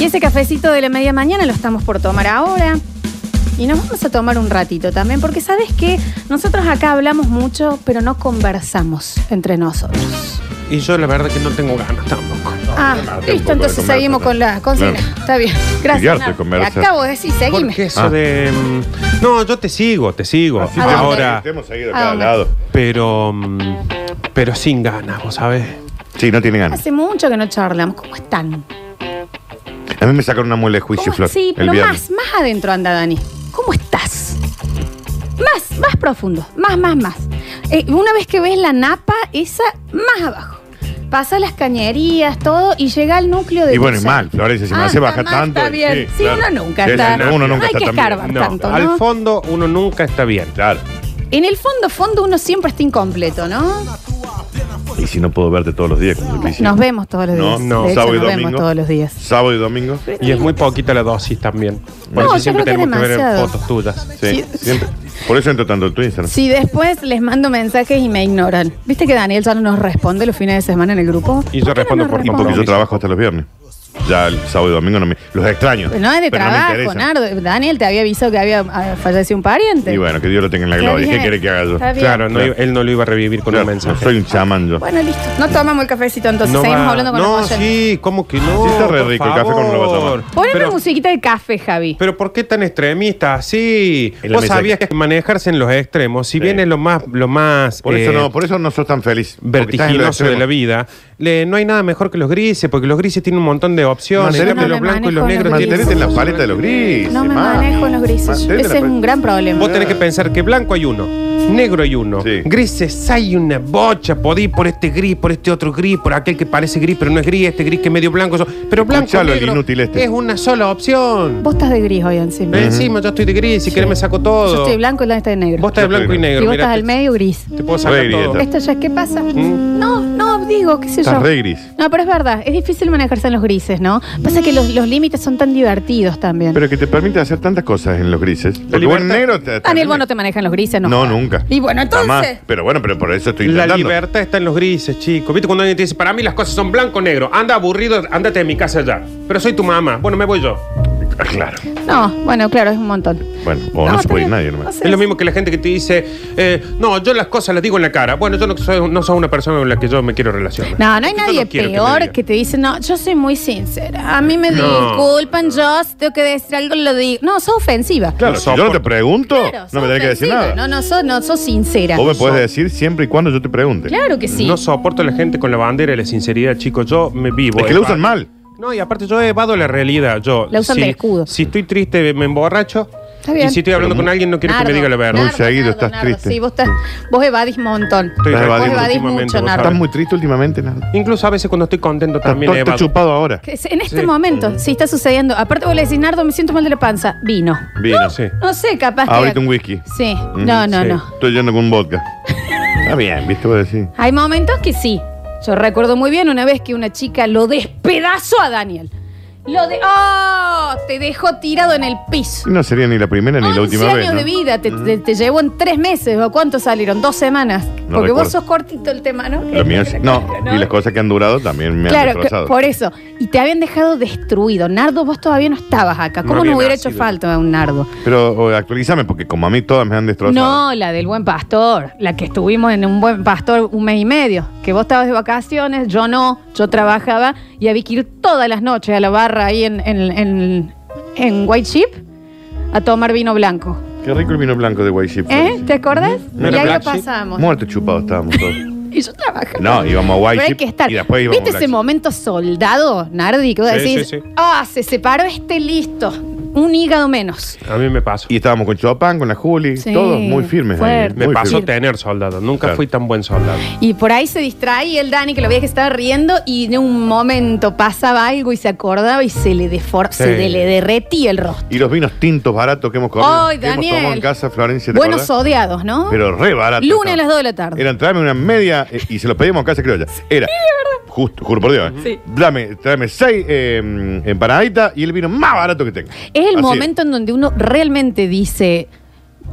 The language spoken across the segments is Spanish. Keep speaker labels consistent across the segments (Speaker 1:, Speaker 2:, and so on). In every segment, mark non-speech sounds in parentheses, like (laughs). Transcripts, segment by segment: Speaker 1: Y ese cafecito de la media mañana lo estamos por tomar ahora. Y nos vamos a tomar un ratito también, porque sabes que nosotros acá hablamos mucho, pero no conversamos entre nosotros.
Speaker 2: Y yo la verdad que no tengo ganas tampoco.
Speaker 1: Ah,
Speaker 3: Marta, un
Speaker 1: listo,
Speaker 3: poco
Speaker 1: entonces
Speaker 3: de comer,
Speaker 1: seguimos
Speaker 3: Marta.
Speaker 1: con la consigna.
Speaker 3: Claro.
Speaker 1: Está bien,
Speaker 3: Estudiarte,
Speaker 1: gracias. Nardo.
Speaker 3: conversar.
Speaker 1: Acabo de decir, seguime.
Speaker 2: Porque eso
Speaker 3: Ah.
Speaker 2: de. mm, No, yo te sigo, te sigo.
Speaker 3: Así
Speaker 1: ¿A
Speaker 3: que
Speaker 1: dónde?
Speaker 2: Ahora,
Speaker 3: te hemos seguido
Speaker 1: ¿A
Speaker 3: acá al
Speaker 1: dónde?
Speaker 3: lado.
Speaker 2: pero. mm, Pero sin ganas, vos sabés.
Speaker 3: Sí, no tiene ganas.
Speaker 1: Hace mucho que no charlamos. ¿Cómo están?
Speaker 3: A mí me sacaron una muela de juicio,
Speaker 1: ¿Cómo-
Speaker 3: Flor.
Speaker 1: sí,
Speaker 3: el
Speaker 1: pero más,
Speaker 3: viernes.
Speaker 1: más adentro anda, Dani. ¿Cómo estás? Más, más profundo. Más, más, más. Eh, una vez que ves la napa, esa más abajo. Pasa las cañerías, todo, y llega al núcleo de.
Speaker 3: Y bueno, y
Speaker 1: Dulce.
Speaker 3: mal, Florencia, si me
Speaker 1: Ah,
Speaker 3: hace bajar
Speaker 1: está mal,
Speaker 3: tanto.
Speaker 1: Está
Speaker 3: y-
Speaker 1: bien. Sí,
Speaker 3: claro.
Speaker 1: uno nunca
Speaker 3: Sí, sí,
Speaker 1: está.
Speaker 3: no, uno nunca
Speaker 1: no hay
Speaker 3: está
Speaker 1: que
Speaker 3: tan bien.
Speaker 1: escarbar
Speaker 2: No,
Speaker 1: tanto, ¿no?
Speaker 2: al fondo uno nunca está bien.
Speaker 3: Claro.
Speaker 1: En el fondo, fondo, uno siempre está incompleto, ¿no?
Speaker 3: Y si no puedo verte todos los días, como te quisiera.
Speaker 1: Nos vemos todos los
Speaker 3: No,
Speaker 1: días.
Speaker 2: no.
Speaker 1: De hecho,
Speaker 3: Sábado y
Speaker 1: nos vemos
Speaker 3: domingo.
Speaker 1: todos los días.
Speaker 3: Sábado y domingo.
Speaker 2: Y es muy poquita la dosis también.
Speaker 1: No,
Speaker 2: Por
Speaker 1: yo
Speaker 2: eso siempre
Speaker 1: creo que
Speaker 2: tenemos que, ver
Speaker 1: demasiado.
Speaker 2: fotos tuyas.
Speaker 3: Sí,
Speaker 1: Sí.
Speaker 3: siempre. Por eso entro tanto en tu Instagram.
Speaker 1: Si después les mando mensajes y me ignoran. ¿Viste que Daniel ya no nos responde los fines de semana en el grupo?
Speaker 2: Y
Speaker 1: ¿Por
Speaker 2: yo
Speaker 1: qué
Speaker 2: respondo
Speaker 1: no
Speaker 2: por
Speaker 1: nos
Speaker 2: mí,
Speaker 1: responde?
Speaker 3: Porque yo trabajo hasta los viernes. Ya el sábado y domingo no me. Los extraño.
Speaker 1: Pero Pues No es de
Speaker 3: pero me
Speaker 1: trabajo,
Speaker 3: interesa.
Speaker 1: Nardo. Daniel te había avisado que había ah, fallecido un pariente.
Speaker 3: Y bueno, que Dios lo tenga en la
Speaker 1: Está
Speaker 3: gloria. ¿Qué
Speaker 1: bien.
Speaker 3: quiere que haga yo?
Speaker 1: Está bien.
Speaker 2: Claro, no,
Speaker 3: Claro.
Speaker 2: él no lo iba a revivir con
Speaker 3: Claro,
Speaker 2: un mensaje.
Speaker 3: Soy un chamán yo.
Speaker 1: Bueno, listo. No tomamos el cafecito entonces.
Speaker 2: No
Speaker 1: Seguimos
Speaker 2: va-
Speaker 1: hablando con
Speaker 2: No,
Speaker 1: los oyentes.
Speaker 2: sí, ¿cómo que no?
Speaker 3: Sí, está re
Speaker 2: Por
Speaker 3: rico el café, ¿cómo no lo va a tomar?
Speaker 2: favor.
Speaker 1: Poneme
Speaker 2: Pero-
Speaker 1: musiquita de café, Javi.
Speaker 2: Pero ¿por qué tan extremista? Sí,
Speaker 3: En la
Speaker 2: vos
Speaker 3: mesa
Speaker 2: sabías que manejarse en los extremos, si bien es lo más, lo más
Speaker 3: Por eso
Speaker 2: eh,
Speaker 3: no, por eso no sos tan feliz. porque estás en lo
Speaker 2: vertiginoso de
Speaker 3: extremo.
Speaker 2: la vida, le- no hay nada mejor que los grises, porque los grises tienen un montón de opciones.
Speaker 3: Mantenete-
Speaker 2: En cambio,
Speaker 3: Yo no
Speaker 2: los
Speaker 1: me
Speaker 2: blancos y los
Speaker 1: manejo en
Speaker 2: negros
Speaker 1: los
Speaker 2: tienen...
Speaker 3: Mantenete en la
Speaker 1: grises.
Speaker 3: paleta de los grises.
Speaker 1: no me
Speaker 3: mami.
Speaker 1: manejo en los grises.
Speaker 3: Mantenete en
Speaker 1: Ese
Speaker 3: la
Speaker 1: es
Speaker 3: paleta.
Speaker 1: un gran problema.
Speaker 2: Vos tenés que pensar que blanco hay uno, negro hay uno,
Speaker 3: Sí.
Speaker 2: grises hay una bocha, podí por este gris, por este otro gris, por aquel que parece gris pero no es gris, este gris que es medio blanco, eso- pero blanco
Speaker 3: Escuchalo, el
Speaker 2: negro,
Speaker 3: inútil este.
Speaker 2: es una sola opción.
Speaker 1: Vos estás de gris hoy encima.
Speaker 2: Encima yo estoy de gris, si querés me saco todo.
Speaker 1: Yo estoy blanco y la está de negro.
Speaker 2: Vos estás de
Speaker 3: Yo estoy
Speaker 2: blanco y
Speaker 3: blanco.
Speaker 2: negro.
Speaker 1: y vos
Speaker 2: mirá,
Speaker 1: estás
Speaker 2: te-
Speaker 3: este.
Speaker 1: al medio gris.
Speaker 2: Te puedo sacar
Speaker 3: Re
Speaker 2: todo.
Speaker 3: grieta.
Speaker 1: Esto ya es qué pasa.
Speaker 2: Mm.
Speaker 1: No, no, digo, qué sé
Speaker 3: Estás
Speaker 1: yo.
Speaker 3: re gris.
Speaker 1: No, pero es verdad, es difícil manejarse en los grises, ¿no? Pasa que los, los límites son tan divertidos también.
Speaker 3: Pero que te permite hacer tantas cosas en los grises. Porque vos en
Speaker 2: libertad.
Speaker 3: negro te.
Speaker 1: Daniel, vos no te manejas en los grises, ¿no?
Speaker 3: No, nunca.
Speaker 1: Y bueno, entonces.
Speaker 3: Jamás. Pero bueno, pero por eso estoy
Speaker 2: La
Speaker 3: intentando.
Speaker 2: libertad está en los grises, chicos. ¿Viste cuando alguien te dice, para mí las cosas son blanco negro? Anda aburrido, ándate de mi casa ya. Pero soy tu mamá. Bueno, me voy yo.
Speaker 3: Ah, Claro.
Speaker 1: No, bueno, claro, es un montón.
Speaker 3: Bueno, o no,
Speaker 1: No,
Speaker 3: se
Speaker 1: está
Speaker 3: puede
Speaker 1: bien.
Speaker 3: ir nadie nomás.
Speaker 1: No sé.
Speaker 2: Es lo mismo que la gente que te dice, eh, no, yo las cosas las digo en la cara. Bueno, yo no soy, no soy una persona con la que yo me quiero relacionar.
Speaker 1: No, no hay
Speaker 2: Yo
Speaker 1: nadie
Speaker 2: no quiero que me
Speaker 1: peor que,
Speaker 2: digan.
Speaker 1: te dice, no, yo soy muy sincera. A mí me
Speaker 2: No.
Speaker 1: disculpan, yo si tengo que decir algo, lo digo. No, sos ofensiva.
Speaker 3: Claro, si yo no te pregunto,
Speaker 1: Claro,
Speaker 3: no
Speaker 1: sos
Speaker 3: me tenés que decir
Speaker 1: ofensiva.
Speaker 3: nada.
Speaker 1: No, no, sos, no, sos sincera.
Speaker 3: Vos me podés decir siempre y cuando yo te pregunte.
Speaker 1: Claro que sí.
Speaker 2: No soporto a la gente con la bandera y la sinceridad, chicos. Yo me vivo.
Speaker 3: Es que lo
Speaker 2: evado.
Speaker 3: usan mal.
Speaker 2: No, y aparte yo he evado la realidad. Yo,
Speaker 1: La usan
Speaker 2: si,
Speaker 1: de escudo.
Speaker 2: Si estoy triste, me emborracho.
Speaker 1: Está bien.
Speaker 2: Y si estoy hablando
Speaker 3: Pero
Speaker 2: con alguien, no quiero que
Speaker 1: Nardo,
Speaker 2: me diga la verdad.
Speaker 1: Nardo,
Speaker 3: Muy seguido
Speaker 1: Nardo,
Speaker 3: estás
Speaker 1: Nardo.
Speaker 3: triste.
Speaker 1: Sí, vos, estás, vos evadís montón.
Speaker 2: Estoy
Speaker 3: Estás
Speaker 1: vos
Speaker 3: evadiendo
Speaker 1: evadís
Speaker 2: últimamente,
Speaker 1: mucho,
Speaker 2: vos
Speaker 1: Nardo.
Speaker 2: sabés.
Speaker 3: Estás muy triste últimamente, Nardo.
Speaker 2: Incluso a veces cuando estoy contento
Speaker 3: Estás
Speaker 2: también
Speaker 3: todo-
Speaker 2: he
Speaker 3: estás
Speaker 2: evado.
Speaker 3: chupado ahora.
Speaker 1: Que es- En este
Speaker 2: Sí.
Speaker 1: momento, si está sucediendo. Aparte, vos le decís, Nardo, me siento mal de la panza. Vino.
Speaker 3: Vino.
Speaker 2: Sí.
Speaker 1: No sé, capaz que.
Speaker 3: Ahorita un whisky.
Speaker 1: Sí, no, no,
Speaker 2: sí.
Speaker 1: no.
Speaker 3: Estoy yendo con un vodka. Está bien, viste, vos decís.
Speaker 1: Hay momentos que sí. Yo recuerdo muy bien una vez que una chica lo despedazó a Daniel. Lo de. ¡Oh! Te dejó tirado en el piso.
Speaker 3: Y No sería ni la primera ni
Speaker 1: 11
Speaker 3: la última
Speaker 1: años
Speaker 3: vez. ¿no?
Speaker 1: de vida te, te- te llevó en tres meses. ¿O cuánto salieron? Dos semanas.
Speaker 3: No
Speaker 1: Porque
Speaker 3: recuerdo.
Speaker 1: vos sos cortito el tema, ¿no?
Speaker 3: Lo mío sí. No, y las cosas que han durado también me han
Speaker 1: Claro,
Speaker 3: destrozado.
Speaker 1: que- por eso. Y te habían dejado destruido. Nardo, vos todavía no estabas acá.
Speaker 2: No
Speaker 1: ¿Cómo no,
Speaker 2: había
Speaker 1: hubiera
Speaker 2: nacido.
Speaker 1: hecho falta un Nardo?
Speaker 3: Pero o, actualízame, porque como a mí todas me han destrozado.
Speaker 1: No, la del buen pastor, la que estuvimos en un buen pastor un mes y medio, que vos estabas de vacaciones, yo no, yo trabajaba y había que ir todas las noches a la barra ahí en, en, en- en White Sheep a tomar vino blanco.
Speaker 3: Qué rico el vino blanco de White Sheep.
Speaker 1: ¿Eh? ¿Te acordás?
Speaker 2: ¿No
Speaker 1: y
Speaker 2: era
Speaker 1: ahí lo
Speaker 2: Black Sheep?
Speaker 1: pasamos.
Speaker 3: Muerto chupado estábamos
Speaker 1: (laughs)
Speaker 3: todos.
Speaker 1: Y yo trabajaba.
Speaker 3: No, íbamos
Speaker 1: Pero
Speaker 3: a White
Speaker 1: hay
Speaker 3: Sheep
Speaker 1: que estar.
Speaker 3: y después íbamos
Speaker 1: ¿Viste
Speaker 3: a
Speaker 1: ese
Speaker 3: Black
Speaker 1: momento soldado, Nardi? Que vos
Speaker 2: Sí,
Speaker 1: decís,
Speaker 2: sí, sí.
Speaker 1: ah, se separó este listo. Un hígado menos.
Speaker 2: A mí me pasó.
Speaker 3: Sheep. Y estábamos con Chopin, con la Juli,
Speaker 1: Sí,
Speaker 3: todos muy firmes. ahí,
Speaker 1: fuerte.
Speaker 2: Me
Speaker 3: muy
Speaker 2: pasó
Speaker 3: firmes.
Speaker 2: tener soldado. Nunca
Speaker 3: Claro.
Speaker 2: fui tan buen soldado.
Speaker 1: Y por ahí se distraía el Dani, que lo veía que estaba riendo, y de un momento pasaba algo y se acordaba y se le, defor-
Speaker 2: Sí.
Speaker 1: se de- le derretía el rostro.
Speaker 3: Y los vinos tintos baratos que hemos comido.
Speaker 1: Ay,
Speaker 3: que hemos
Speaker 1: Daniel.
Speaker 3: tomado en casa, Florencia, ¿te
Speaker 1: Buenos
Speaker 3: acordás?
Speaker 1: odiados, ¿no?
Speaker 3: Pero re baratos.
Speaker 1: Lunes a las
Speaker 3: estaban.
Speaker 1: 2 de la tarde.
Speaker 3: Eran, tráeme una media eh, y se lo pedimos a casa criolla. Era. Justo, juro por Dios. eh.
Speaker 1: Sí.
Speaker 3: Dame, tráeme seis eh, empanaditas y el vino más barato que tenga.
Speaker 1: Es el
Speaker 3: Así
Speaker 1: momento en donde uno realmente dice,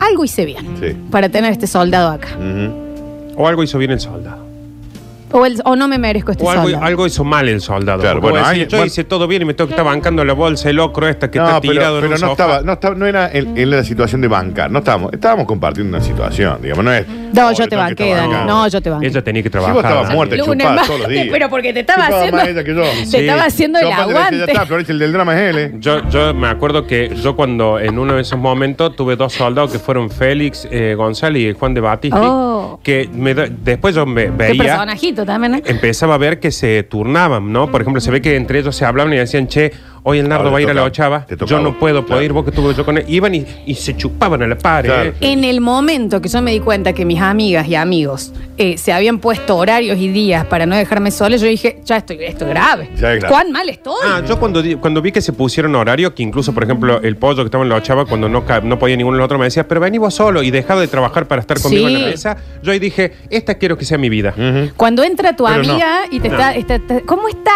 Speaker 1: algo hice bien
Speaker 3: Sí.
Speaker 1: para tener este soldado acá.
Speaker 3: Ujú.
Speaker 2: O algo hizo bien el soldado.
Speaker 1: O, el- o no me merezco este
Speaker 2: O algo,
Speaker 1: soldado.
Speaker 2: algo hizo mal el soldado.
Speaker 3: Claro,
Speaker 2: Porque voy
Speaker 3: bueno,
Speaker 2: a
Speaker 3: hay-
Speaker 2: decir, yo
Speaker 3: bueno.
Speaker 2: hice todo bien y me tengo que estar bancando la bolsa, el ocro esta que está
Speaker 3: No,
Speaker 2: tirado en
Speaker 3: pero, pero
Speaker 2: un
Speaker 3: no,
Speaker 2: sofá.
Speaker 3: estaba, no estaba, no era en, en la situación de bancar, no estábamos, estábamos compartiendo una situación, digamos, no es.
Speaker 1: No,
Speaker 3: "Oh,
Speaker 1: yo te
Speaker 3: tengo que
Speaker 1: banqué, Dani.
Speaker 3: trabajar".
Speaker 1: No, yo te banqué.
Speaker 2: Ella tenía que
Speaker 3: vos
Speaker 2: trabajar.
Speaker 3: estabas
Speaker 2: Daniel.
Speaker 3: muerta, te
Speaker 1: Lunes,
Speaker 3: chupaba
Speaker 1: martes,
Speaker 3: todos los días.
Speaker 1: Pero porque te estaba
Speaker 3: Chupaba
Speaker 1: haciendo.
Speaker 3: más ella que yo.
Speaker 1: Te
Speaker 2: Sí.
Speaker 1: estaba haciendo
Speaker 3: Yo
Speaker 1: el
Speaker 3: aparte le decía, Ya está,
Speaker 1: aguante.
Speaker 3: Florencia, el del drama es él, ¿eh?
Speaker 2: Yo, yo me acuerdo que yo cuando en uno de esos momentos tuve dos soldados que fueron Félix eh, González y Juan de Batista,
Speaker 1: Oh.
Speaker 2: que me da- después yo me
Speaker 1: Qué
Speaker 2: veía,
Speaker 1: personajito también, ¿eh?
Speaker 2: empezaba a ver que se turnaban, ¿no? Por ejemplo, se ve que entre ellos se hablaban y decían, che, hoy el Nardo
Speaker 3: Ahora
Speaker 2: va a
Speaker 3: te
Speaker 2: ir a la
Speaker 3: toca-
Speaker 2: ochava,
Speaker 3: te toca
Speaker 2: yo
Speaker 3: a
Speaker 2: no
Speaker 3: vos".
Speaker 2: puedo, puedo
Speaker 3: Claro.
Speaker 2: ir vos que estuve yo con él. Iban y, y se chupaban a la par, ¿eh?
Speaker 3: Claro.
Speaker 1: En el momento que yo me di cuenta que mis amigas y amigos eh, se habían puesto horarios y días para no dejarme sola, yo dije, ya estoy, esto es grave.
Speaker 3: Ya es grave.
Speaker 1: ¿Cuán mal estoy?
Speaker 2: Ah, yo cuando, di- cuando vi que se pusieron horario, que incluso, por ejemplo, el pollo que estaba en la ochava, cuando no, ca- no podía ninguno de los otros, me decía, pero vení vos solo y dejado de trabajar para estar conmigo
Speaker 1: Sí.
Speaker 2: en la mesa, yo ahí dije, esta quiero que sea mi vida.
Speaker 3: Mm.
Speaker 1: Cuando entra tu
Speaker 3: Pero no.
Speaker 1: amiga y te
Speaker 2: No.
Speaker 1: está, está- está- ¿cómo estás?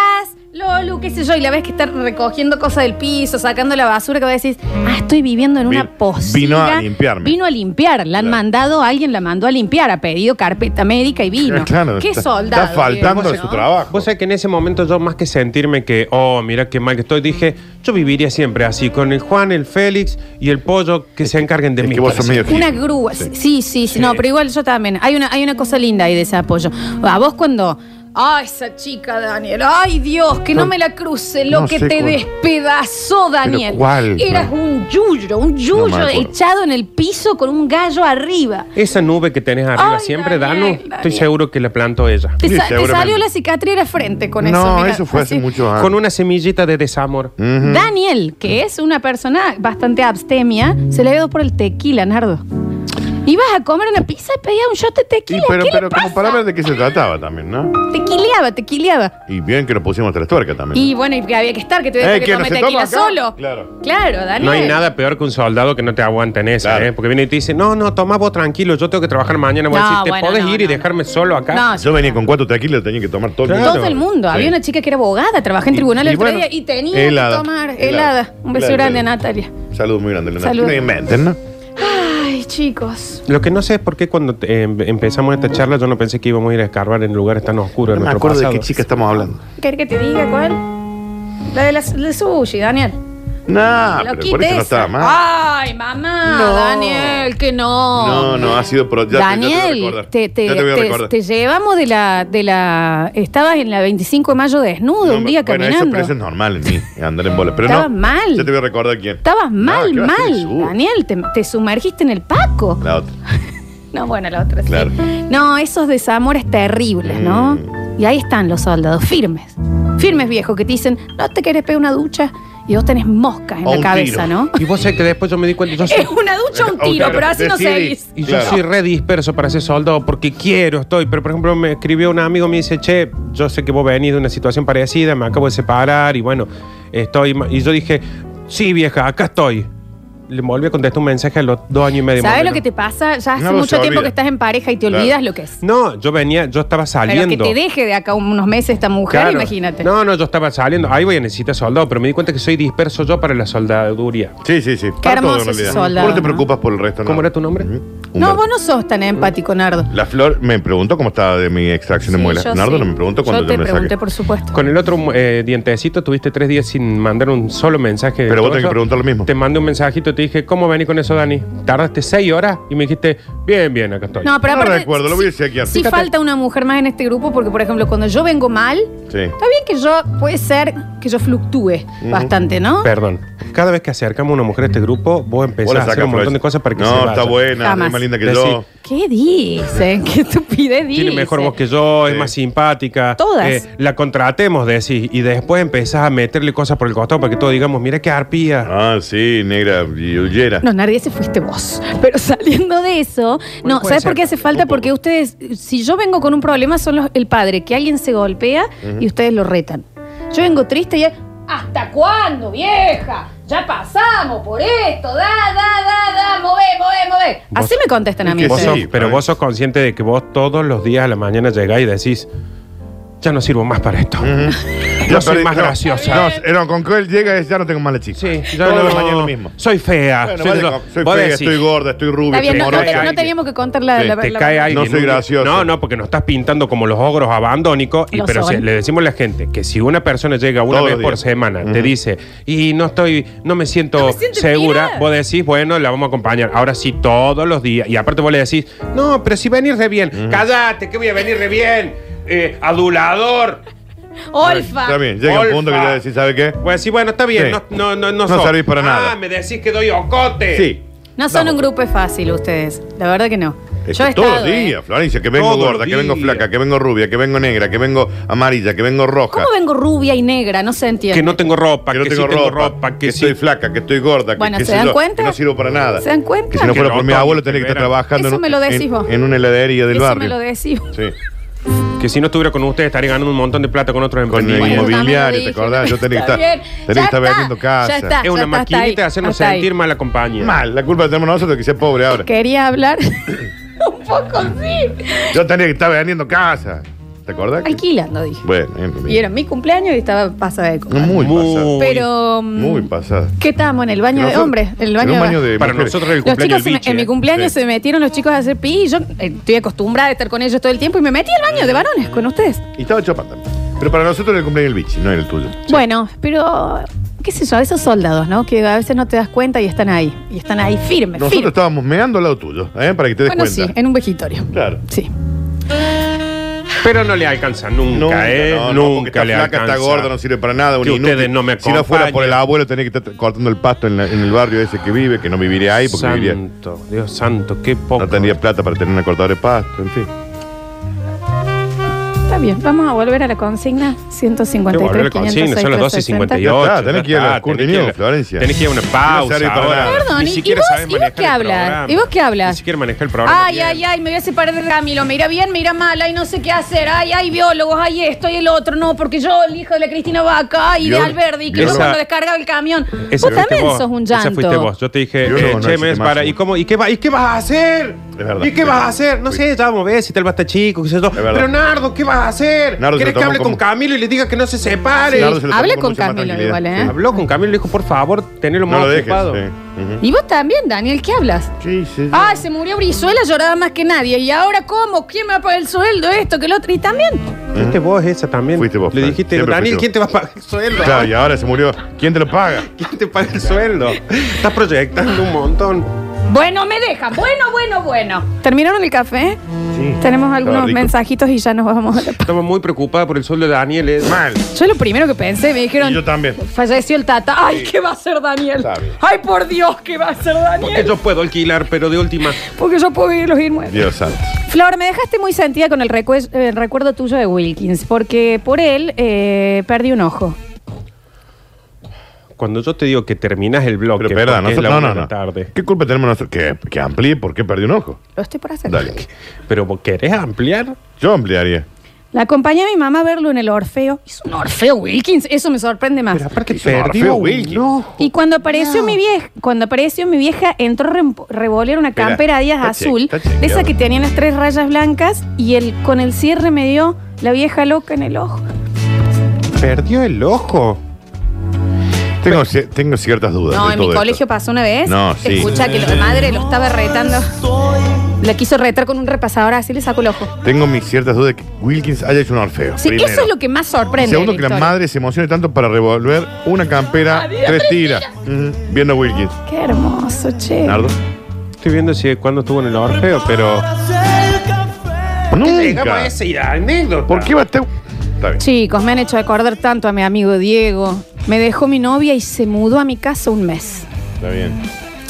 Speaker 1: Lolo, qué sé yo, y la ves que está recogiendo cosas del piso, sacando la basura, que vos decís, ah, estoy viviendo en una
Speaker 3: Vin-
Speaker 1: posibilidad.
Speaker 3: vino a limpiarme.
Speaker 1: Vino a limpiar, la han
Speaker 3: Claro.
Speaker 1: mandado, alguien la mandó a limpiar, ha pedido carpeta médica y vino.
Speaker 3: (laughs) Claro,
Speaker 1: qué
Speaker 3: está-
Speaker 1: soldado.
Speaker 3: está faltando
Speaker 1: digamos,
Speaker 3: de su
Speaker 1: ¿no?
Speaker 3: trabajo.
Speaker 2: Vos sabés que en ese momento yo más que sentirme que, oh, mira qué mal que estoy, dije, yo viviría siempre así, con el Juan, el Félix y el pollo que se encarguen de
Speaker 3: es
Speaker 2: mí.
Speaker 3: que vos sos
Speaker 2: parece.
Speaker 3: medio
Speaker 1: Una
Speaker 3: hippie.
Speaker 1: grúa. Sí,
Speaker 3: Sí.
Speaker 1: sí, sí, No, pero igual yo también. Hay una, hay una cosa linda ahí de ese apoyo. A vos cuando. Ay, esa chica, Daniel. Ay, Dios, que no,
Speaker 3: No,
Speaker 1: me la cruce. Lo
Speaker 3: no
Speaker 1: que
Speaker 3: sé
Speaker 1: te
Speaker 3: cuál.
Speaker 1: despedazó, Daniel.
Speaker 3: cuál,
Speaker 1: Eras
Speaker 3: no.
Speaker 1: un yuyo, un
Speaker 3: No me
Speaker 1: yuyo
Speaker 3: acuerdo.
Speaker 1: echado en el piso con un gallo arriba.
Speaker 2: Esa nube que tenés arriba
Speaker 1: Ay,
Speaker 2: siempre,
Speaker 1: Daniel,
Speaker 2: Danu,
Speaker 1: Daniel.
Speaker 2: estoy seguro que la plantó ella.
Speaker 1: Te,
Speaker 3: Sí,
Speaker 1: sa- te
Speaker 3: seguramente.
Speaker 1: salió la cicatriz de la frente con eso.
Speaker 3: No,
Speaker 1: mira,
Speaker 3: eso fue hace
Speaker 1: así.
Speaker 3: muchos años.
Speaker 2: Con una semillita de desamor.
Speaker 3: Ujú.
Speaker 1: Daniel, que es una persona bastante abstemia, se le ha ido por el tequila, Nardo. Ibas a comer una pizza y pedías un shot de
Speaker 3: Sí,
Speaker 1: tequila.
Speaker 3: pero,
Speaker 1: ¿Qué le
Speaker 3: pero como
Speaker 1: pasa?
Speaker 3: para ver de qué se trataba también, ¿no?
Speaker 1: Tequileaba, tequileaba.
Speaker 3: Y bien que nos pusimos tres tuercas también.
Speaker 1: Y bueno, y que había que estar, que te
Speaker 3: Eh,
Speaker 1: que,
Speaker 3: ¿que no
Speaker 1: comer
Speaker 3: se
Speaker 1: tequila
Speaker 3: toma acá?
Speaker 1: solo.
Speaker 3: Claro.
Speaker 1: Claro, Daniel.
Speaker 2: No hay nada peor que un soldado que no te aguanta en esa,
Speaker 3: Claro.
Speaker 2: ¿eh? Porque viene y te dice, no, no, toma vos tranquilo, yo tengo que trabajar mañana. Voy a
Speaker 1: No,
Speaker 2: decir, ¿te
Speaker 1: bueno,
Speaker 2: podés
Speaker 1: no,
Speaker 2: ir
Speaker 1: no,
Speaker 2: y
Speaker 1: no.
Speaker 2: dejarme solo acá?
Speaker 1: No,
Speaker 3: Yo venía con cuatro tequilas, tenía que tomar todo el
Speaker 2: Claro.
Speaker 3: mundo.
Speaker 1: Todo el mundo.
Speaker 3: Sí.
Speaker 1: Había una chica que era abogada, trabajaba en
Speaker 3: Y-
Speaker 1: tribunal
Speaker 3: y
Speaker 1: el otro
Speaker 3: bueno,
Speaker 1: día y tenía que
Speaker 3: helada,
Speaker 1: tomar helada.
Speaker 3: helada.
Speaker 1: Un beso
Speaker 3: Helada,
Speaker 1: grande a
Speaker 3: helada.
Speaker 1: Natalia.
Speaker 3: Un saludo muy grande, Leonardo.
Speaker 1: Salud.
Speaker 3: No inventen, ¿no?
Speaker 1: Ay, chicos.
Speaker 2: Lo que no sé es por qué cuando eh, em- empezamos esta charla yo no pensé que íbamos a ir a escarbar en lugares tan oscuros
Speaker 3: No
Speaker 2: de
Speaker 3: me
Speaker 2: nuestro
Speaker 3: acuerdo de
Speaker 2: pasado.
Speaker 3: qué chica estamos hablando.
Speaker 1: ¿Querés que te diga cuál? La de la, la de sushi, Daniel.
Speaker 3: No,
Speaker 1: Lo
Speaker 3: Ah, pero por eso no estaba mal.
Speaker 1: Ay, mamá.
Speaker 3: No.
Speaker 1: Daniel, que Ah, no.
Speaker 3: No, no, ha sido pro. Ya, te-
Speaker 1: Daniel,
Speaker 3: ya
Speaker 1: te, te-
Speaker 3: voy a recordar. Ya te voy a
Speaker 1: te-
Speaker 3: recordar.
Speaker 1: te llevamos de la, de la. Estabas en la 25 de mayo desnudo
Speaker 3: No,
Speaker 1: un día
Speaker 3: bueno, eso-
Speaker 1: caminando.
Speaker 3: pero eso es normal en mí, andar en bola. Pero
Speaker 1: Estabas
Speaker 3: no,
Speaker 1: mal.
Speaker 3: Ya te voy a recordar quién.
Speaker 1: Estabas mal,
Speaker 3: ¿qué va a hacer el
Speaker 1: mal.
Speaker 3: sur?
Speaker 1: Daniel, te, te sumergiste en el Paco.
Speaker 3: La otra.
Speaker 1: No, bueno, la otra sí.
Speaker 3: Claro.
Speaker 1: No, esos desamores terribles, ¿no?
Speaker 3: Mm.
Speaker 1: Y ahí están los soldados, firmes. Firmes, viejo, que te dicen, no te querés pegar una ducha y vos tenés moscas en
Speaker 3: O
Speaker 1: la
Speaker 3: un
Speaker 1: cabeza,
Speaker 3: tiro. (laughs)
Speaker 1: ¿no? (laughs)
Speaker 2: Y vos sé que después yo me di cuenta, yo soy,
Speaker 1: Es una ducha o un
Speaker 3: O un
Speaker 1: tiro,
Speaker 3: tiro,
Speaker 1: pero así no
Speaker 3: decidí.
Speaker 1: seguís.
Speaker 2: y yo
Speaker 3: Claro.
Speaker 2: soy re disperso para ser soldado porque quiero, estoy. Pero por ejemplo me escribió un amigo, me dice, che, yo sé que vos venís de una situación parecida, me acabo de separar y bueno, estoy... ma- Y yo dije, sí vieja, acá estoy. Le volví a contestar un mensaje a los dos años y medio. más o
Speaker 1: ¿Sabes lo
Speaker 2: menos.
Speaker 1: que te pasa? Ya hace
Speaker 3: No, vos
Speaker 1: mucho
Speaker 3: se
Speaker 1: tiempo
Speaker 3: olvida.
Speaker 1: que estás en pareja y te
Speaker 3: Claro.
Speaker 1: olvidas lo que es.
Speaker 2: No, yo venía, yo estaba
Speaker 1: Pero
Speaker 2: saliendo.
Speaker 1: que te deje de acá unos meses esta mujer,
Speaker 2: Claro.
Speaker 1: imagínate.
Speaker 2: No, no, yo estaba saliendo. Ahí voy a necesitar soldado, pero me di cuenta que soy disperso yo para la soldaduría.
Speaker 3: Sí, sí, sí.
Speaker 1: Qué
Speaker 3: Para todo,
Speaker 1: hermoso
Speaker 3: en realidad.
Speaker 1: ese soldado,
Speaker 3: Vos no te
Speaker 1: ¿no?
Speaker 3: preocupas por el resto,
Speaker 2: ¿Cómo
Speaker 3: no.
Speaker 2: era tu nombre?
Speaker 3: Ujú.
Speaker 1: No,
Speaker 3: Humberto.
Speaker 1: vos no sos tan empático, Nardo.
Speaker 3: La flor me preguntó cómo estaba de mi extracción de
Speaker 1: Sí,
Speaker 3: muelas.
Speaker 1: yo
Speaker 3: Nardo
Speaker 1: sí.
Speaker 3: no me preguntó cuando
Speaker 1: yo
Speaker 3: yo,
Speaker 1: te
Speaker 3: me
Speaker 1: pregunté,
Speaker 3: saqué.
Speaker 1: por supuesto.
Speaker 2: Con el otro eh, dientecito tuviste tres días sin mandar un solo mensaje. de
Speaker 3: Pero vos
Speaker 2: todo
Speaker 3: tenés que
Speaker 2: eso.
Speaker 3: preguntar lo mismo.
Speaker 2: Te mandé un mensajito, te dije, ¿cómo vení con eso, Dani? Tardaste seis horas y me dijiste, bien, bien, acá estoy.
Speaker 1: No, pero
Speaker 3: No
Speaker 1: aparte,
Speaker 3: recuerdo, lo voy a decir aquí,
Speaker 1: Sí
Speaker 3: fíjate.
Speaker 1: falta una mujer más en este grupo porque, por ejemplo, cuando yo vengo mal, está
Speaker 3: Sí.
Speaker 1: bien que yo, puede ser que yo fluctúe bastante, ¿no?
Speaker 2: Perdón. Cada vez que acercamos a una mujer a este grupo, vos
Speaker 3: Vos
Speaker 2: empezás
Speaker 3: la
Speaker 2: a hacer
Speaker 3: sacás,
Speaker 2: un montón
Speaker 3: Flor.
Speaker 2: de cosas para que
Speaker 3: No,
Speaker 2: se vaya.
Speaker 3: está buena,
Speaker 1: Jamás.
Speaker 3: es más linda que
Speaker 2: Decí,
Speaker 3: yo.
Speaker 1: ¿Qué dicen? (laughs) ¿Qué estupidez dicen?
Speaker 2: Tiene mejor voz que yo, es
Speaker 3: Sí.
Speaker 2: más simpática. eh,
Speaker 1: Todas.
Speaker 2: la contratemos, decís. Y después empezás a meterle cosas por el costado para que todos digamos, mira qué arpía.
Speaker 3: Ah, sí, negra y huyera.
Speaker 1: No, nadie se fuiste vos. Pero (laughs) saliendo de eso,
Speaker 2: Bueno,
Speaker 1: no,
Speaker 2: puede
Speaker 1: ¿sabes
Speaker 2: ser,
Speaker 1: por qué hace falta?
Speaker 3: un poco.
Speaker 1: Porque ustedes, si yo vengo con un problema, son los- el padre, que alguien se golpea y ustedes lo retan. Yo vengo triste y es, ¿hasta cuándo, vieja? Ya pasamos por esto, da, da, da, da, move, move, move.
Speaker 2: Vos-
Speaker 1: Así me contestan a
Speaker 3: Es
Speaker 1: mí.
Speaker 3: que
Speaker 2: Vos
Speaker 1: ustedes.
Speaker 2: sos-
Speaker 3: Sí,
Speaker 2: pero
Speaker 3: claro.
Speaker 2: vos sos consciente de que vos todos los días a la mañana llegás y decís, ya no sirvo más para esto. No soy más graciosa.
Speaker 3: No, no, con que él llega es ya no tengo más la chica.
Speaker 2: Sí, ya
Speaker 3: Todos
Speaker 2: no, Ah,
Speaker 3: los mañana lo mismo.
Speaker 2: Soy fea.
Speaker 3: Bueno,
Speaker 2: soy
Speaker 3: vale,
Speaker 2: lo-
Speaker 3: con- soy
Speaker 2: vos
Speaker 3: fea,
Speaker 2: decís,
Speaker 3: estoy gorda, estoy rubia,
Speaker 1: Está bien, no,
Speaker 3: estoy
Speaker 1: no
Speaker 2: morón,
Speaker 1: te-
Speaker 2: cae
Speaker 1: no
Speaker 3: morosa.
Speaker 1: teníamos que contar la,
Speaker 3: Sí,
Speaker 1: la-
Speaker 2: te
Speaker 1: la-
Speaker 2: cae alguien.
Speaker 3: No soy gracioso.
Speaker 2: No, no, porque nos estás pintando como los ogros abandónicos. Y,
Speaker 1: Lo
Speaker 2: pero
Speaker 1: son.
Speaker 2: si- le decimos a la gente que si una persona llega una
Speaker 3: Todos
Speaker 2: vez
Speaker 3: los
Speaker 2: por
Speaker 3: días.
Speaker 2: semana, te
Speaker 3: Ujú.
Speaker 2: dice, y no estoy, no me siento
Speaker 4: No me siento
Speaker 2: segura,
Speaker 4: bien.
Speaker 2: vos decís, bueno, la vamos a acompañar. Ahora sí, todos los días. Y aparte vos le decís, no, pero si venís re bien, cállate, que voy a venir re bien. Eh, adulador.
Speaker 1: Olfa.
Speaker 3: Está bien, llega un punto que
Speaker 2: Olfa.
Speaker 3: ya decís, ¿sabe qué?
Speaker 2: Voy a decir, bueno, está bien,
Speaker 3: Sí.
Speaker 2: no, no, no,
Speaker 3: No
Speaker 2: sos.
Speaker 3: servís para
Speaker 2: ah,
Speaker 3: nada.
Speaker 2: me decís que doy ocote.
Speaker 3: Sí.
Speaker 1: No son
Speaker 3: Vamos.
Speaker 1: un grupo fácil ustedes. La verdad que no.
Speaker 3: Es
Speaker 1: Yo
Speaker 3: que
Speaker 1: he
Speaker 3: todos
Speaker 1: estado,
Speaker 3: los
Speaker 1: ¿eh?
Speaker 3: días, Florencia, que vengo
Speaker 2: Todos los
Speaker 3: gorda, que vengo
Speaker 2: días.
Speaker 3: flaca, que vengo rubia, que vengo negra, que vengo amarilla, que vengo roja,
Speaker 1: ¿Cómo vengo rubia y negra? No se entiende.
Speaker 2: Que no tengo ropa, que,
Speaker 3: que no
Speaker 2: sí
Speaker 3: tengo ropa,
Speaker 2: que,
Speaker 3: que
Speaker 2: sí.
Speaker 3: estoy flaca, que estoy gorda, que-
Speaker 1: Bueno,
Speaker 3: que,
Speaker 1: ¿se
Speaker 3: sé
Speaker 1: dan
Speaker 3: yo,
Speaker 1: cuenta?
Speaker 3: que no sirvo para nada.
Speaker 1: ¿Se dan cuenta?
Speaker 3: Que si no
Speaker 2: Que
Speaker 3: fuera
Speaker 2: no,
Speaker 3: por mi
Speaker 2: Tony,
Speaker 3: abuelo tenía que estar
Speaker 2: espera.
Speaker 3: trabajando
Speaker 1: Eso
Speaker 3: en-
Speaker 1: me lo decís
Speaker 3: en,
Speaker 1: vos.
Speaker 3: en una heladería del
Speaker 1: Eso
Speaker 3: barrio.
Speaker 1: me lo decimos.
Speaker 3: Sí.
Speaker 2: Que si no estuviera con ustedes estaría ganando un montón de plata con otros
Speaker 3: Con el
Speaker 2: emprendimientos.
Speaker 1: inmobiliario.
Speaker 3: inmobiliario,
Speaker 1: dije,
Speaker 3: ¿te acordás? Yo tenía que
Speaker 1: está
Speaker 3: estar,
Speaker 1: bien.
Speaker 3: tenía que
Speaker 1: Ya
Speaker 3: estar
Speaker 1: está,
Speaker 3: vendiendo
Speaker 1: ya
Speaker 3: casa.
Speaker 1: está.
Speaker 2: Es
Speaker 1: hasta
Speaker 2: una
Speaker 1: ahí,
Speaker 2: maquinita de hacernos
Speaker 1: hasta ahí.
Speaker 2: sentir mala compañía.
Speaker 3: Mal, la culpa la tenemos nosotros que sea pobre ahora.
Speaker 1: Quería hablar (laughs) un poco sí.
Speaker 3: Yo tenía que estar vendiendo casa. ¿Te acordás? que-
Speaker 1: Alquilando, dije.
Speaker 3: Bueno, eh,
Speaker 1: Y era mi cumpleaños y estaba pasada de copa.
Speaker 3: muy pasada.
Speaker 2: Muy-
Speaker 1: Pero. mm,
Speaker 3: Muy pasada.
Speaker 1: ¿Qué estábamos? En el baño de
Speaker 3: Nosotros-
Speaker 1: hombres. El
Speaker 3: en
Speaker 1: baño
Speaker 3: un
Speaker 1: de-
Speaker 3: baño de
Speaker 2: Para
Speaker 3: mujeres.
Speaker 2: nosotros el
Speaker 1: Los
Speaker 2: cumpleaños
Speaker 1: chicos
Speaker 2: del
Speaker 1: se me-
Speaker 2: biche.
Speaker 1: en mi cumpleaños
Speaker 3: Sí.
Speaker 1: se metieron los chicos a hacer pi y yo eh, estoy acostumbrada a estar con ellos todo el tiempo y me metí al baño de varones con ustedes.
Speaker 3: Y estaba chopando Pero para nosotros era el cumpleaños del bichi, no era el tuyo.
Speaker 1: Bueno, pero qué sé yo, esos soldados, ¿no? Que a veces no te das cuenta y están ahí. Y están ahí firmes,
Speaker 3: Nosotros
Speaker 1: firmes.
Speaker 3: estábamos meando al lado tuyo, ¿eh? Para que te des
Speaker 1: Bueno, sí,
Speaker 3: cuenta.
Speaker 1: en un vejitorio.
Speaker 3: Claro.
Speaker 1: Sí.
Speaker 2: Pero no le alcanza nunca, ¿eh?
Speaker 3: no, no, porque
Speaker 2: nunca
Speaker 3: está
Speaker 2: le
Speaker 3: flaca,
Speaker 2: alcanza.
Speaker 3: está gorda, no sirve para nada. un
Speaker 2: Que ustedes
Speaker 3: inútil.
Speaker 2: no me
Speaker 3: Si no fuera por
Speaker 2: acompañen.
Speaker 3: el abuelo, tenía que estar cortando el pasto en, la- en el barrio ese que vive, que no viviría ahí porque viviría.
Speaker 2: Santo, Dios santo, qué poco.
Speaker 3: No tendría plata para tener una cortadora de pasto, en fin.
Speaker 1: Está bien, vamos a volver a la consigna
Speaker 2: Qué volver
Speaker 1: 153
Speaker 2: la consigna,
Speaker 1: 506
Speaker 2: son las 12 y
Speaker 1: 360.
Speaker 2: 58.
Speaker 3: Ya está, tenés que ir a la Curti News, Florencia.
Speaker 2: Tenés que ir a una
Speaker 3: No
Speaker 2: pausa.
Speaker 3: sirve para
Speaker 2: ahora.
Speaker 3: nada.
Speaker 1: Perdón,
Speaker 2: Ni
Speaker 1: ¿y- y
Speaker 2: siquiera
Speaker 1: vos-
Speaker 2: sabés
Speaker 1: y vos
Speaker 2: manejar
Speaker 1: qué
Speaker 2: el
Speaker 1: hablas?
Speaker 2: programa.
Speaker 1: ¿Y vos qué hablas?
Speaker 2: Ni siquiera manejar el programa.
Speaker 1: Ay,
Speaker 2: bien.
Speaker 1: ay, ay, me voy a separar de Ramiro, me irá bien, me irá mal, ay, no sé qué hacer, ay, hay biólogos, ay, esto y el otro, no, porque yo, el hijo de la Cristina Vaca, y de
Speaker 3: Biólogo-
Speaker 1: Alberdi, que yo
Speaker 2: Esa-
Speaker 1: cuando descargaba el camión.
Speaker 2: Ese
Speaker 1: vos
Speaker 2: fuiste
Speaker 1: también
Speaker 2: vos,
Speaker 1: sos un
Speaker 2: ese
Speaker 1: llanto.
Speaker 2: fuiste vos. Yo te dije,
Speaker 3: Yo no,
Speaker 2: eh,
Speaker 3: no
Speaker 2: che,
Speaker 3: existe
Speaker 2: mes
Speaker 3: más.
Speaker 2: para. ¿Y cómo? ¿Y qué, va, ¿Y qué vas a hacer?
Speaker 3: Es verdad.
Speaker 2: ¿Y qué
Speaker 3: Es
Speaker 2: vas a
Speaker 3: verdad.
Speaker 2: hacer? No sé, ya vamos a ver si te el basta chico, qué sé yo.
Speaker 3: verdad.
Speaker 2: Pero Nardo, ¿qué vas a hacer?
Speaker 3: Nardo se
Speaker 2: ¿Querés
Speaker 3: lo
Speaker 2: que hable
Speaker 3: tomó
Speaker 2: con
Speaker 3: como-
Speaker 2: Camilo y le diga que no se separe?
Speaker 3: Nardo se lo
Speaker 1: Hable
Speaker 3: toma
Speaker 1: con
Speaker 3: mucha más
Speaker 1: Camilo
Speaker 3: tranquilidad.
Speaker 1: igual, ¿eh?
Speaker 3: Sí.
Speaker 2: Habló con Camilo y le dijo, por favor, tenelo
Speaker 3: No
Speaker 2: más
Speaker 3: lo dejes.
Speaker 2: ocupado.
Speaker 3: sí. Ujú.
Speaker 1: Y vos también, Daniel, ¿qué hablas?
Speaker 3: Sí, sí, sí.
Speaker 1: Ay, se murió Brizuela, lloraba más que nadie. ¿Y ahora cómo? ¿Quién me va a pagar el sueldo? Esto, que el otro. Y también.
Speaker 2: Fuiste vos esa también.
Speaker 3: Fuiste vos,
Speaker 2: Le
Speaker 3: Fran.
Speaker 2: dijiste,
Speaker 3: Siempre
Speaker 2: Daniel, ¿quién
Speaker 3: fuiste
Speaker 2: te va a pagar el sueldo?
Speaker 3: Claro, y ahora se murió. ¿Quién te lo paga?
Speaker 2: ¿Quién te paga el sueldo? Estás proyectando un montón.
Speaker 1: Bueno, me deja. Bueno, bueno, bueno. ¿Terminaron el café?
Speaker 3: Sí.
Speaker 1: Tenemos algunos
Speaker 3: rico.
Speaker 1: mensajitos y ya nos vamos a la pa-
Speaker 2: Estaba muy preocupada por el sueldo de Daniel. eh.
Speaker 3: Mal.
Speaker 1: Yo lo primero que pensé, me
Speaker 3: Y
Speaker 1: dijeron.
Speaker 3: yo también.
Speaker 1: Falleció el tata. Ay, ¿qué va a hacer Daniel?
Speaker 3: Está bien.
Speaker 1: Ay, por Dios, ¿qué va a hacer
Speaker 2: Porque
Speaker 1: Daniel?
Speaker 2: yo puedo alquilar, pero de última.
Speaker 1: Porque yo puedo vivir los inmuebles.
Speaker 3: Dios santo.
Speaker 1: Flor, me dejaste muy sentida con el, recue- el recuerdo tuyo de Wilkins, porque por él eh, perdí un ojo.
Speaker 2: Cuando yo te digo que terminas el bloque,
Speaker 3: Pero espera,
Speaker 2: porque es
Speaker 3: nosotros
Speaker 2: la
Speaker 3: no,
Speaker 2: una
Speaker 3: no,
Speaker 2: de la
Speaker 3: no.
Speaker 2: tarde.
Speaker 3: ¿Qué culpa tenemos nosotros? Que, que amplíe, ¿por qué perdí un ojo?
Speaker 1: Lo estoy por hacer.
Speaker 3: Dale.
Speaker 2: Pero vos querés ampliar.
Speaker 3: Yo ampliaría.
Speaker 1: La acompañé a mi mamá a verlo en el Orfeo. ¿Es un Orfeo Wilkins? Eso me sorprende más.
Speaker 2: Pero aparte
Speaker 3: hizo un
Speaker 2: perdió
Speaker 3: Orfeo
Speaker 2: un
Speaker 3: Wilkins.
Speaker 2: ojo.
Speaker 1: Y cuando apareció mi vieja, cuando apareció mi vieja, entró a rem- revolear una
Speaker 3: Espera,
Speaker 1: campera Adidas
Speaker 3: está che-
Speaker 1: azul,
Speaker 3: está chequeado.
Speaker 1: de esa que tenían las tres rayas blancas, y el, con el cierre me dio la vieja loca en el ojo.
Speaker 2: Perdió el ojo.
Speaker 3: Tengo, ci- tengo ciertas dudas.
Speaker 1: No,
Speaker 3: de
Speaker 1: en
Speaker 3: todo
Speaker 1: mi
Speaker 3: esto.
Speaker 1: colegio pasó una vez.
Speaker 3: No, sí.
Speaker 1: Escucha que la madre lo estaba retando. La quiso retar con un repasador, así le sacó el ojo.
Speaker 3: Tengo mis ciertas dudas de que Wilkins haya hecho un Orfeo.
Speaker 1: Sí,
Speaker 3: primero.
Speaker 1: eso es lo que más sorprende.
Speaker 3: Segundo,
Speaker 1: de
Speaker 3: que la
Speaker 1: historia.
Speaker 3: madre se emocione tanto para revolver una campera, tres tiras. Ujú, Viendo a Wilkins.
Speaker 1: Qué hermoso, che.
Speaker 3: Nardo.
Speaker 2: Estoy viendo si cuándo estuvo en el Orfeo, pero. Llegamos a
Speaker 3: Nunca.
Speaker 2: esa idea, anécdota.
Speaker 3: ¿Por qué va a estar- Está bien.
Speaker 1: Chicos, me han hecho acordar tanto a mi amigo Diego. Me dejó mi novia y se mudó a mi casa un mes.
Speaker 3: Está bien.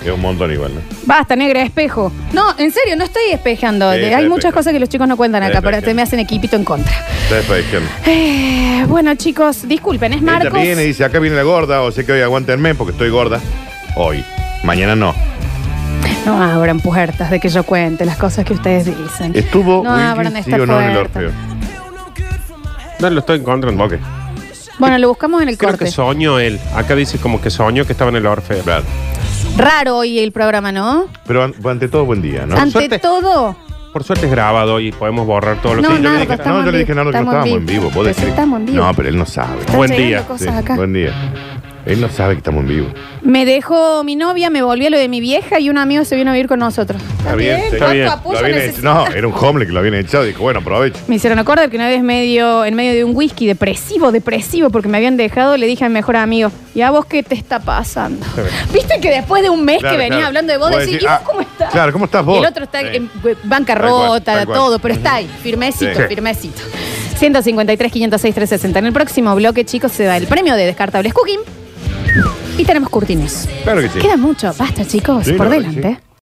Speaker 3: Es un montón igual, ¿no?
Speaker 1: Basta, negra, espejo. No, en serio, no estoy espejando.
Speaker 3: Sí,
Speaker 1: Hay
Speaker 3: está
Speaker 1: muchas
Speaker 3: despejando.
Speaker 1: cosas que los chicos no cuentan
Speaker 3: Está
Speaker 1: acá, pero te
Speaker 3: despejando.
Speaker 1: me hacen equipito en contra.
Speaker 3: Está despejando.
Speaker 1: Eh, bueno, chicos, disculpen, es
Speaker 3: Ella
Speaker 1: Marcos.
Speaker 3: viene y dice, acá viene la gorda, o sé que hoy aguantenme porque estoy gorda. Hoy. Mañana no.
Speaker 1: No abran puertas de que yo cuente las cosas que ustedes dicen.
Speaker 3: ¿Estuvo
Speaker 1: No abran
Speaker 3: Wilkins sí
Speaker 1: esta
Speaker 3: o no en el
Speaker 1: puerta.
Speaker 3: Orfeo?
Speaker 2: No lo estoy encontrando.
Speaker 3: Ok.
Speaker 1: Bueno, lo buscamos en el
Speaker 2: Creo
Speaker 1: corte.
Speaker 2: que soñó él. Acá dice como que soñó que estaba en el Orfeo.
Speaker 3: Claro.
Speaker 1: Raro hoy el programa, ¿no?
Speaker 3: Pero an- ante todo, buen día, ¿no?
Speaker 1: Ante
Speaker 2: suerte.
Speaker 1: todo,
Speaker 2: Por suerte es grabado y podemos borrar todo lo
Speaker 1: No,
Speaker 2: que
Speaker 3: yo
Speaker 1: Nardo,
Speaker 3: le dije,
Speaker 1: estamos
Speaker 3: no, yo
Speaker 1: en
Speaker 3: le dije,
Speaker 1: vivo,
Speaker 3: Nardo, que no
Speaker 1: estamos en
Speaker 3: estábamos en
Speaker 1: vivo.
Speaker 3: vivo. Vos
Speaker 1: Pero sí
Speaker 3: decís-
Speaker 1: estamos en vivo.
Speaker 3: No, pero él no sabe.
Speaker 2: Buen día.
Speaker 1: Cosas
Speaker 3: Sí,
Speaker 1: acá.
Speaker 3: Buen día. Él no sabe que estamos en vivo.
Speaker 1: Me dejó mi novia, me volvió lo de mi vieja y un amigo se vino a vivir con nosotros.
Speaker 3: Está bien,
Speaker 2: está
Speaker 1: ¿cuánto
Speaker 2: bien.
Speaker 1: apoyo
Speaker 3: Lo habían
Speaker 1: necesita?
Speaker 3: hecho- no, era un homeless que lo habían echado. Dijo, bueno, aprovecho.
Speaker 1: Me hicieron acordar que una vez medio, en medio de un whisky depresivo, depresivo, porque me habían dejado, le dije a mi mejor amigo, ¿y a vos qué te está pasando? Viste que después de un mes
Speaker 3: Claro,
Speaker 1: que venía
Speaker 3: claro.
Speaker 1: hablando de vos,
Speaker 3: Vos
Speaker 1: decís,
Speaker 3: decís,
Speaker 1: ¿y vos
Speaker 3: ah,
Speaker 1: cómo estás?
Speaker 3: claro, ¿cómo estás vos?
Speaker 1: Y el otro está
Speaker 3: Sí.
Speaker 1: en eh, bancarrota,
Speaker 3: Tal cual, tal
Speaker 1: todo,
Speaker 3: cual.
Speaker 1: pero está ahí, firmecito,
Speaker 3: Sí.
Speaker 1: firmecito. 153, 506, 360. En el próximo bloque, chicos, se da el premio de Descartables Cooking. Y tenemos curtines.
Speaker 3: Claro que sí.
Speaker 1: Queda mucho, basta, chicos,
Speaker 3: Sí,
Speaker 1: por
Speaker 3: la verdad que
Speaker 1: delante.
Speaker 3: sí.